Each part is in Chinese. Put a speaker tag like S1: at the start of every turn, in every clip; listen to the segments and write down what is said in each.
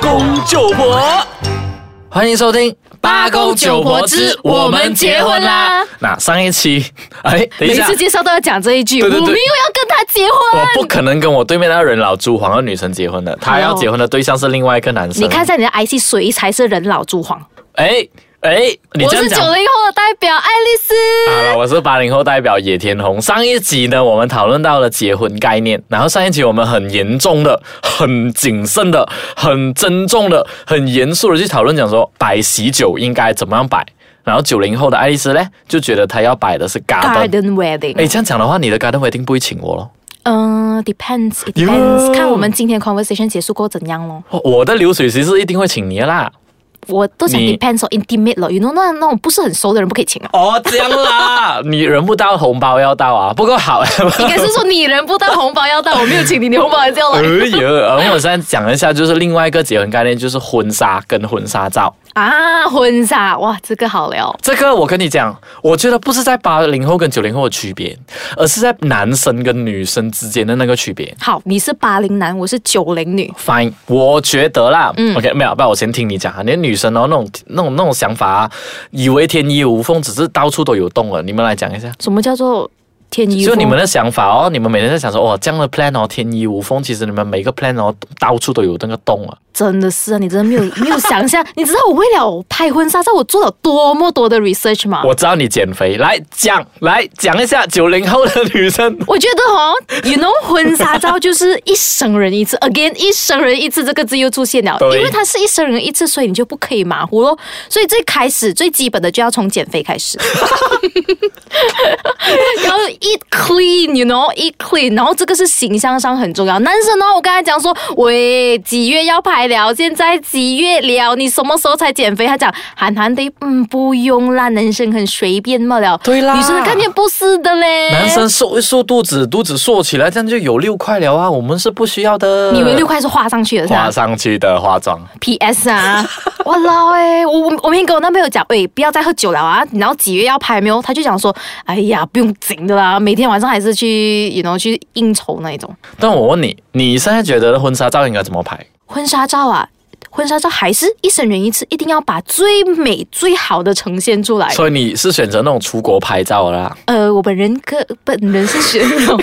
S1: 公九婆，
S2: 欢迎收听《
S3: 八公九婆之我们结婚啦》。
S2: 那上一期，哎，等一
S3: 每
S2: 下
S3: 次，介绍都要讲这一句，
S2: 对对对
S3: 我没有要跟他结
S2: 我
S3: 婚。
S2: 不可能跟我对面那个人老珠黄的女生结婚的，她要结婚的对象是另外一个男生。
S3: 你看一，下你的 IC 谁才是人老珠黄？
S2: 哎哎，你
S3: 我
S2: 这样
S3: 是九
S2: 讲。
S3: 零后的代表，爱丽丝。
S2: 好了，我是八零后代表野田红。上一集呢，我们讨论到了结婚概念，然后上一集我们很严重的、很谨慎的、很珍重的、很严肃的去讨论，讲说摆喜酒应该怎么样摆。然后九零后的爱丽丝呢，就觉得她要摆的是 garden。
S3: 啊 Garden
S2: 啊哎，
S3: wedding，
S2: 这样讲的话，你的 garden 一定不会请我咯。
S3: 嗯，depends，it
S2: Yo
S3: depends，看我们今天 conversation 结束过后怎样咯。
S2: 哦我的流水席是一定会请你的啦。
S3: 我都想
S2: 你。
S3: depends on intimate 了，you know 那那种不是很熟的人不可以请啊
S2: 哦，这样啦，你人不到，红包要到啊。不过好，
S3: 应该是说你人不到，红包要到，我没有请你，你红包还是要
S2: 哎
S3: 来
S2: 呦，然后我现在讲一下，就是另外一个结婚概念，就是婚纱跟婚纱照。
S3: 啊。婚纱，哇，这个好聊。
S2: 这个我跟你讲，我觉得不是在八零后跟九零后的区别，而是在男生跟女生之间的那个区别。
S3: 好，你是八零男，我是九零女。
S2: Fine，我觉得啦、o k 没有，不然我先听你讲啊。你的女生哦，那种那种那种想法、啊，以为天衣无缝，只是到处都有洞了。你们来讲一下，
S3: 什么叫做天衣无
S2: 就
S3: 缝？
S2: 你们的想法哦。你们每天在想说，哦，这样的 plan 哦，天衣无缝。其实你们每个 plan 哦，到处都有那个洞啊。
S3: 真的是啊，你真的没有没有想象，你知道我为了拍婚纱照，我做了多么多的 research 吗？
S2: 我知道你减肥，来讲来讲一下九零后的女生。
S3: 我觉得哦，you know，婚纱照就是一生人一次，again，一生人一次这个字又出现了，
S2: 对
S3: 因为它是一生人一次，所以你就不可以马虎咯。所以最开始最基本的就要从减肥开始， 要 eat clean，you know，eat clean，然后这个是形象上很重要。男生呢，哦我刚才讲说，喂，几月要拍了？现在几月了？你什么时候才减肥？他讲韩寒的，嗯，不用啦，男生很随便嘛了。
S2: 对啦
S3: 女生的概念不是的嘞，
S2: 男生瘦一瘦肚子，肚子瘦起来，这样就有六块了啊！我们是不需要的。
S3: 你以为六块是画上去的是吧
S2: 呃画上去的化妆，
S3: ？PS 啊， 我老哎，我我我明天跟我男朋友讲，哎，不要再喝酒了啊，然后几月要拍没有？他就讲说，哎呀，不用紧的啦，每天晚上还是去，you know，去应酬那一种。
S2: 但我问你，你现在觉得婚纱照应该怎么拍？
S3: 婚纱照啊，婚纱照还是一生人一次，一定要把最美最好的呈现出来。
S2: 所以你是选择那种出国拍照 啦，
S3: 呃，我本人个本人是选那种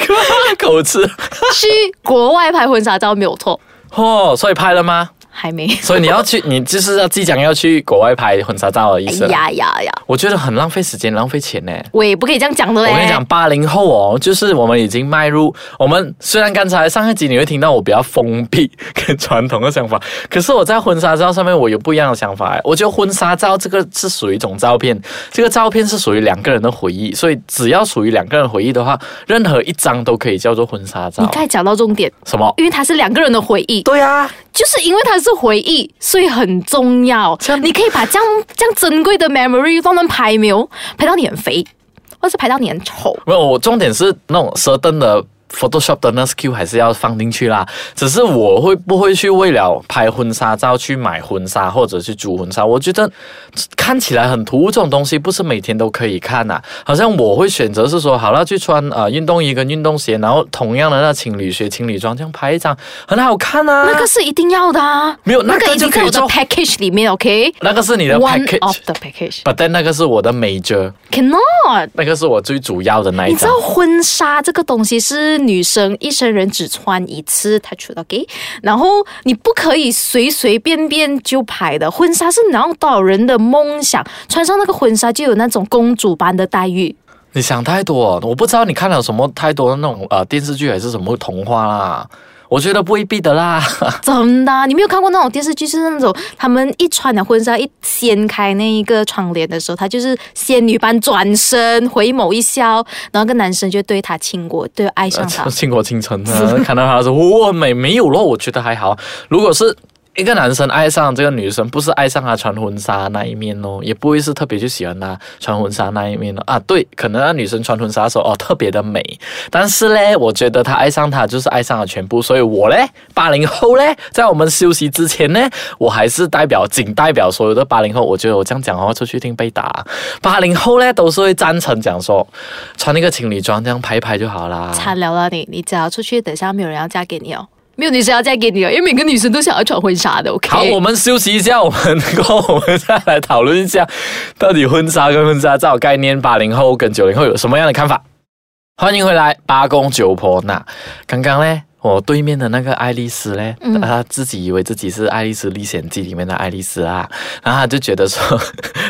S2: 口吃
S3: 去国外拍婚纱照没有错，
S2: 哦，所以拍了吗？
S3: 还没。
S2: 所以你要去，你就是要即将要去国外拍婚纱照的意
S3: 哎
S2: 思啦。
S3: 呀呀呀，
S2: 我觉得很浪费时间，浪费钱呢。
S3: 我也不可以这样讲的欸嘞。
S2: 我跟你讲，八零后哦，就是我们已经迈入我们虽然刚才上一集你会听到我比较封闭跟传统的想法，可是我在婚纱照上面我有不一样的想法。我觉得婚纱照这个是属于一种照片，这个照片是属于两个人的回忆，所以只要属于两个人回忆的话，任何一张都可以叫做婚纱照
S3: 你。刚才讲到重点，
S2: 什么？
S3: 因为它是两个人的回忆。
S2: 对啊，
S3: 就是因为它是回忆，所以很重要
S2: 这样。
S3: 你可以把这样这样珍贵的 memory 乱乱拍没有？拍到你很肥，或是拍到你很丑。
S2: 没有，我重点是那种 certain 的 Photoshop 的那 skill 还是要放进去啦。只是我会不会去为了拍婚纱照去买婚纱或者去租婚纱？我觉得看起来很突兀，这种东西不是每天都可以看呐、啊好像我会选择是说，好了，去穿呃运动衣跟运动鞋，然后同样的那情侣鞋、情侣装这样拍一张，很好看啊。
S3: 那个是一定要的啊，
S2: 没有那
S3: 那
S2: 个
S3: 个已
S2: 就
S3: 经
S2: 可以
S3: 在我的
S2: 做
S3: package 里面，OK。
S2: 那个是你的
S3: One of
S2: package，
S3: the package
S2: 但那个是我的 major，
S3: cannot。
S2: 那个是我最主要的那一
S3: 你知
S2: 张
S3: 道。婚纱这个东西是女生一生人只穿一次，她出到给，然后你不可以随随便便就拍的。婚纱是哪多少人的梦想，穿上那个婚纱就有那种公主般的待遇。
S2: 你想太多，我不知道你看了什么太多的那种呃电视剧还是什么童话啦，我觉得未必的啦。。
S3: 真的啊、你没有看过那种电视剧，是那种他们一穿啊了婚纱，一掀开那一个窗帘的时候，她就是仙女般转身，回眸一笑，然后跟男生就对她亲过，对，爱上他
S2: 倾啊国倾城啊，看到他说哇美没有咯，我觉得还好。如果是一个男生爱上这个女生，不是爱上她穿婚纱那一面哦，也不会是特别去喜欢她穿婚纱那一面哦。啊。对，可能那女生穿婚纱的时候哦特别的美，但是嘞，我觉得他爱上她就是爱上了全部。所以我嘞，八零后嘞，在我们休息之前呢，我还是代表仅代表所有的八零后。我觉得我这样讲的话出去一定被打。八零后嘞都是会赞成讲说，穿那个情侣装这样拍一拍就好啦。
S3: 惨了啦你，你只要出去，等一下没有人要嫁给你哦。没有女生要嫁给你了，因为每个女生都想要穿婚纱的。OK，
S2: 好，我们休息一下，我们过后我们再来讨论一下，到底婚纱跟婚纱照概念，八零后跟九零后有什么样的看法？欢迎回来，八公九婆那刚刚呢？我对面的那个爱丽丝呢，
S3: 嗯
S2: 她自己以为自己是《爱丽丝历险记》里面的爱丽丝啊，然后她就觉得说，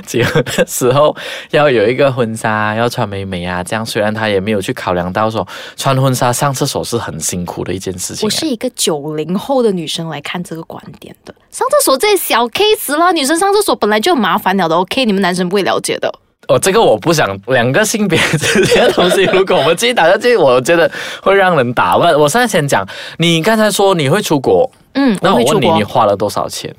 S2: 结婚的时候要有一个婚纱，要穿美美啊，这样虽然她也没有去考量到说穿婚纱上厕所是很辛苦的一件事情、啊
S3: 我是一个九零后的女生来看这个观点的。上厕所这小 case 啦，女生上厕所本来就很麻烦了的。OK，你们男生不会了解的。
S2: 哦，这个我不想两个性别之间的东西，如果我们继续打下去，我觉得会让人打问。我现在先讲，你刚才说你会出国，
S3: 嗯，
S2: 那
S3: 我
S2: 我
S3: 会出
S2: 问你，
S3: 国
S2: 你。花了多少钱？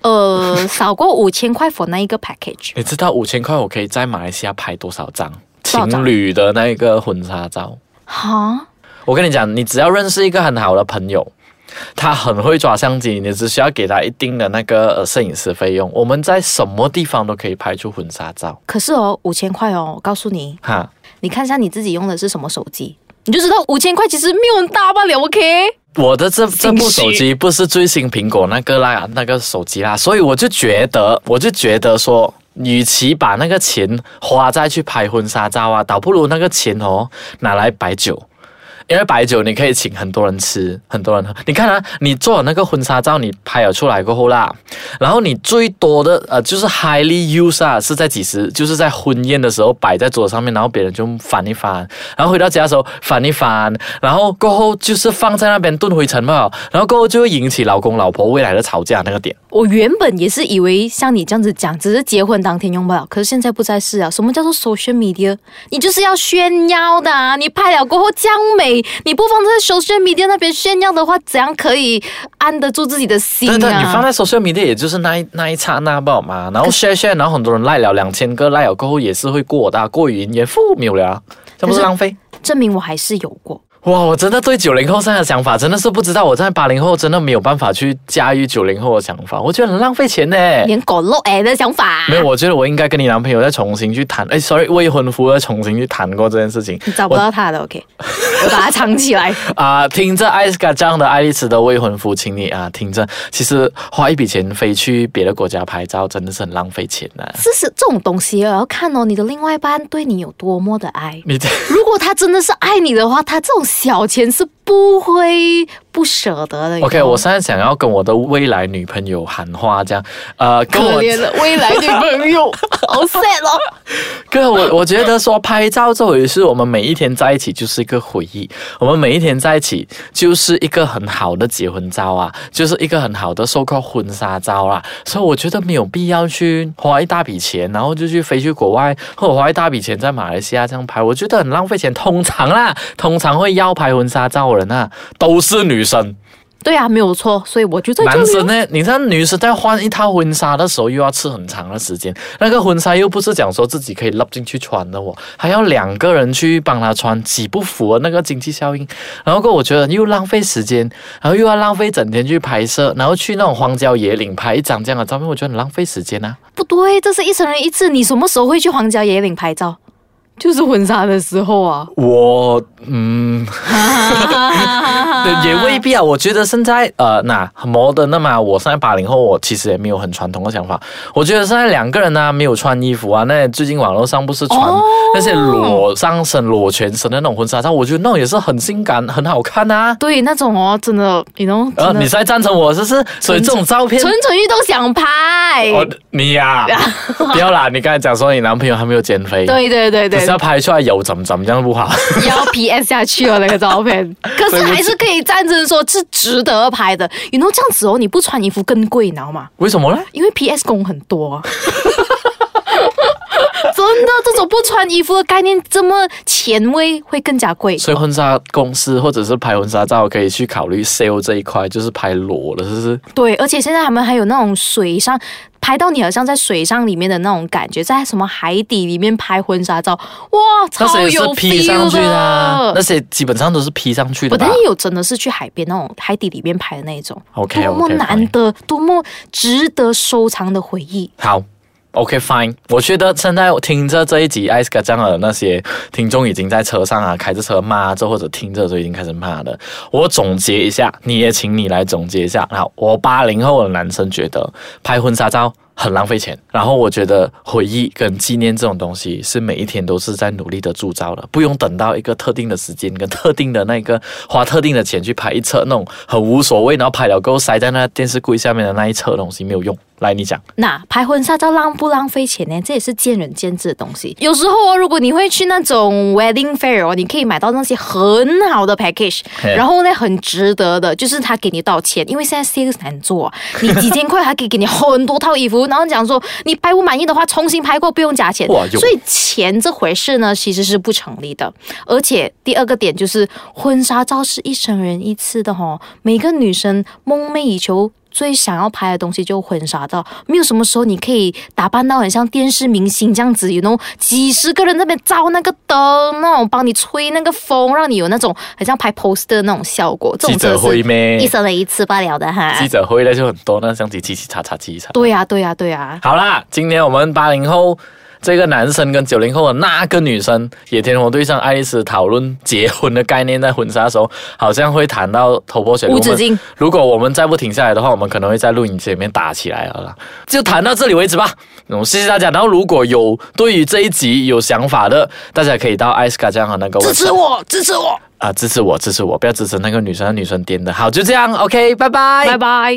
S3: 呃，少过五千块 for 那一个 package。
S2: 你知道五千块我可以在马来西亚拍多少张
S3: 少张
S2: 情侣的那个婚纱照？
S3: 哈，
S2: 我跟你讲，你只要认识一个很好的朋友，他很会抓相机，你只需要给他一定的那个呃摄影师费用，我们在什么地方都可以拍出婚纱照。
S3: 可是哦，五千块哦，我告诉你，
S2: 哈，
S3: 你看一下你自己用的是什么手机，你就知道五千块其实没有很大不了。OK，
S2: 我的这这
S3: 心虚
S2: 部手机不是最新苹果那个啦，那个手机啦，所以我就觉得，我就觉得说，与其把那个钱花在去拍婚纱照啊，倒不如那个钱哦拿来摆酒。因为白酒你可以请很多人吃，很多人喝。你看啊，你做了那个婚纱照，你拍了出来过后啦，然后你最多的呃就是 highly use 啊，是在几时？就是在婚宴的时候摆在桌上面，然后别人就翻一翻，然后回到家的时候翻一翻，然后过后就是放在那边炖灰尘嘛，然后过后就会引起老公老婆未来的吵架那个点。
S3: 我原本也是以为像你这样子讲，只是结婚当天用不了，可是现在不再是啊。什么叫做 social media？你就是要炫耀的、啊，你拍了过后这样美，你不放在 social media 那边炫耀的话，怎样可以按得住自己的心
S2: 对对，你放在
S3: 啊？
S2: social media 也就是那一那一刹那吧嘛，然后 share share，然后很多人赖了两千个赖了过后也是会过的啊，过于云烟覆没有了啊，这不是
S3: 可是
S2: 浪费？
S3: 证明我还是有过。
S2: 哇，我真的对九零后现在的想法真的是不知道，我在八零后真的没有办法去驾驭九零后的想法，我觉得很浪费钱呢。
S3: 连狗肉哎的想法。
S2: 没有，我觉得我应该跟你男朋友再重新去谈，哎，sorry，未婚夫再重新去谈过这件事 情。
S3: 你找不到他的，OK，我把它藏起 来。
S2: 啊、听着艾斯卡这样的爱丽丝的未婚夫，请你啊、听着，其实花一笔钱飞去别的国家拍照，真的是很浪费钱 呐、
S3: 事实这种东西啊要看哦，你的另外一半对你有多么的爱。
S2: 你这。
S3: 如果他真的是爱你的话，他这种小钱是不会不舍得的。
S2: OK，我现在想要跟我的未来女朋友喊话，这样，呃，跟
S3: 可
S2: 我
S3: 怜的未来女朋 友，好 sad 哦。
S2: 哥，我我觉得说拍照这回事，我们每一天在一起就是一个回忆，我们每一天在一起就是一个很好的结婚照啊，就是一个很好的收购婚纱照啊，所以我觉得没有必要去花一大笔钱，然后就去飞去国外，或者花一大笔钱在马来西亚这样拍，我觉得很浪费钱。通常啦，通常会要拍婚纱照的人啊，都是女生，
S3: 对啊，没有错，所以我就在这
S2: 男
S3: 里
S2: 生
S3: 哦。
S2: 呢，你看女生在换一套婚纱的时候，又要吃很长的时间。那个婚纱又不是讲说自己可以拉进去穿的哦，还要两个人去帮她穿，几不符合那个经济效应。然后过后我觉得又浪费时间，然后又要浪费整天去拍摄，然后去那种荒郊野岭拍一张这样啊的照片，我觉得很浪费时间啊。
S3: 不对，这是一生人一次，你什么时候会去皇家野岭拍照？就是婚纱的时候啊，
S2: 我嗯， 对，也未必啊。我觉得现在呃，那摩登的嘛，我现在八零后，我其实也没有很传统的想法。我觉得现在两个人呢、没有穿衣服啊，那最近网络上不是传
S3: 哦
S2: 那些裸上身、裸全身的那种婚纱照，我觉得那种也是很性感、很好看啊。
S3: 对那种哦，真的，你 you know，
S2: 呃，
S3: 真的
S2: 你现在赞成我是不是？所以这种照片，
S3: 蠢蠢欲动想拍。
S2: 哦，你 呀、不要啦！你刚才讲说你男朋友还没有减肥，，
S3: 对对对
S2: 只
S3: 对
S2: 是，要拍出来有怎么怎么样不好。
S3: 要 PS 下去哦了那个 照片，可是还是可以赞成说是值得拍的。You know 这样子哦，你不穿衣服更贵，你知道吗？
S2: 为什么呢？
S3: 因为 PS 工很多、啊。 真的，这种不穿衣服的概念这么前卫，会更加贵。
S2: 所以婚纱公司或者是拍婚纱照可以去考虑 sale 这一块，就是拍裸了，是不是？
S3: 对，而且现在他们还有那种水上拍到你好像在水上里面的那种感觉，在什么海底里面拍婚纱照，哇，
S2: 那
S3: 超
S2: 些是
S3: 有
S2: P
S3: feel
S2: 上去的啊，那
S3: 的。
S2: 些基本上都是 P 上去的
S3: 我
S2: 吧
S3: 但也有真的是去海边那种海底里面拍的那一种。
S2: ？OK
S3: 多么
S2: OK，
S3: 难得，多么值得收藏的回忆。
S2: 好。 OK fine，我觉得现在我听着这一集艾斯卡这样的那些听众已经在车上啊，开着车骂着或者听着就已经开始骂了。我总结一下，你也请你来总结一下。然后我八零后的男生觉得拍婚纱照很浪费钱，然后我觉得回忆跟纪念这种东西是每一天都是在努力的铸造的，不用等到一个特定的时间跟特定的那个花特定的钱去拍一车那种很无所谓，然后拍了够塞在那电视柜下面的那一车东西没有用。来，你讲。
S3: 那拍婚纱照浪不浪费钱呢？这也是见仁见智的东西。有时候哦，如果你会去那种 wedding fair 哦，你可以买到那些很好的 package，
S2: 嘿
S3: 然后呢很值得的，就是他给你多少钱，因为现在 sales 难做，啊你几千块还可以给你很多套衣服，然后讲说你拍不满意的话重新拍过，不用加钱。
S2: 哇有
S3: 所以钱这回事呢其实是不成立的。而且第二个点就是婚纱照是一生人一次的哦，每个女生梦寐以求。最想要拍的东西就婚纱照，没有什么时候你可以打扮到很像电视明星这样子，有那种几十个人在那边照那个灯，那种帮你吹那个风，让你有那种很像拍 poster 的那种效果。这
S2: 记
S3: 种真
S2: 者
S3: 的
S2: 会
S3: 是
S2: 咩？
S3: 一生的一次罢了的哈。
S2: 记者会呢就很多那相机叽叽喳喳叽叽喳。
S3: 对呀、对呀、对呀、
S2: 好啦，今天我们八零后这个男生跟九零后的那个女生野田红对象爱丽丝讨论结婚的概念，在婚纱的时候好像会谈到头破血流。
S3: 无止境
S2: 我们如果我们再不停下来的话，我们可能会在录影机里面打起来了啦。就谈到这里为止吧。嗯，谢谢大家。然后如果有对于这一集有想法的，大家可以到艾斯卡这样和那个
S3: 支
S2: website
S3: 持我，支持我，
S2: 啊、支持我，支持我，不要支持那个女生，那女生颠的。好，就这样，OK，拜拜，
S3: 拜拜。